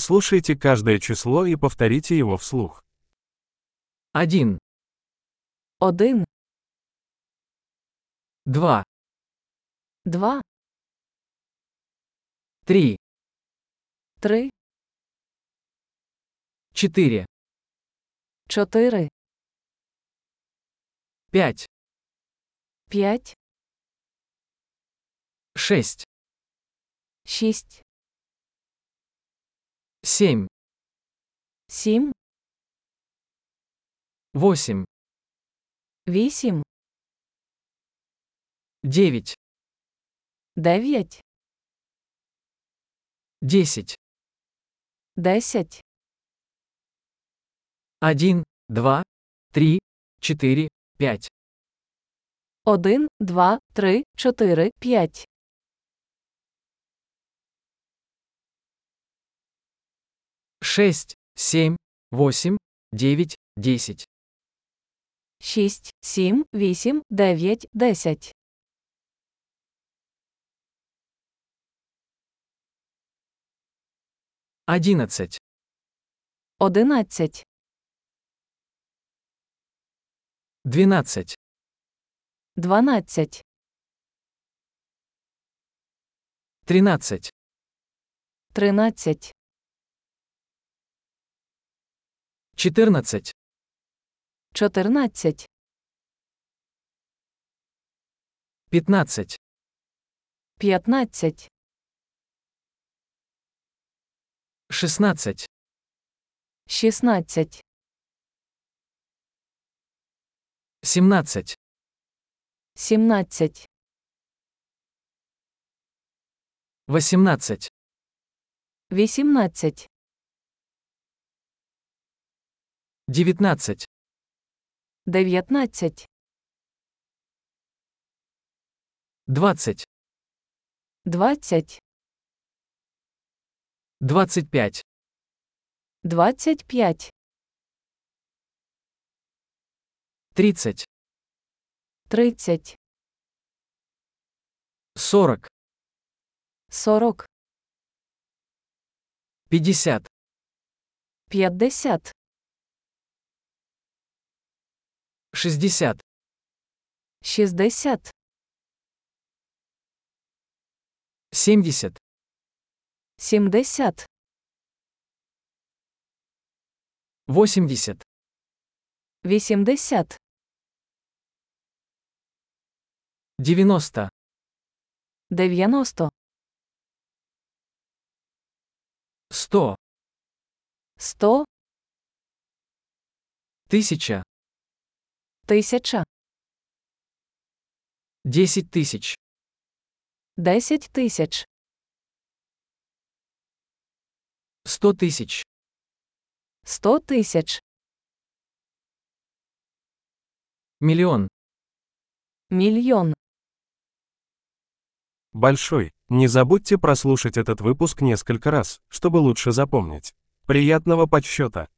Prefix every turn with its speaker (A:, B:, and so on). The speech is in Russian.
A: Прослушайте каждое число и повторите его вслух.
B: Один,
C: Один,
B: два,
C: два,
B: три,
C: три,
B: четыре,
C: чотири,
B: пять,
C: п'ять,
B: шесть,
C: шість,
B: семь,
C: сім,
B: восемь,
C: вісім,
B: девять,
C: дев'ять,
B: десять,
C: десять,
B: один, два, три, четыре, пять,
C: один, два, три, чотири, п'ять,
B: шесть, семь, восемь, девять, десять,
C: шість, сім, вісім, дев'ять, десять,
B: одиннадцать,
C: одинадцять,
B: двенадцать,
C: дванадцять,
B: тринадцать,
C: тринадцять,
B: четырнадцать,
C: чотирнадцять,
B: пятнадцать,
C: п'ятнадцять,
B: шестнадцать,
C: шістнадцять,
B: семнадцать,
C: сімнадцять,
B: восемнадцать,
C: вісімнадцять,
B: девятнадцать,
C: дев'ятнадцять,
B: двадцать,
C: двадцять,
B: двадцать пять,
C: двадцять п'ять,
B: тридцать,
C: тридцять,
B: сорок,
C: сорок,
B: пятьдесят,
C: п'ятдесят,
B: шестьдесят,
C: шістдесят,
B: семьдесят,
C: сімдесят,
B: восемьдесят,
C: вісімдесят.
B: девяносто,
C: 90,
B: сто,
C: 100,
B: тысяча,
C: 1000,
B: десять тысяч,
C: 10 тисяч,
B: сто тысяч,
C: 100 тисяч,
B: миллион.
C: мільйон.
A: Большой. Не забудьте прослушать этот выпуск несколько раз, чтобы лучше запомнить. Приятного подсчета!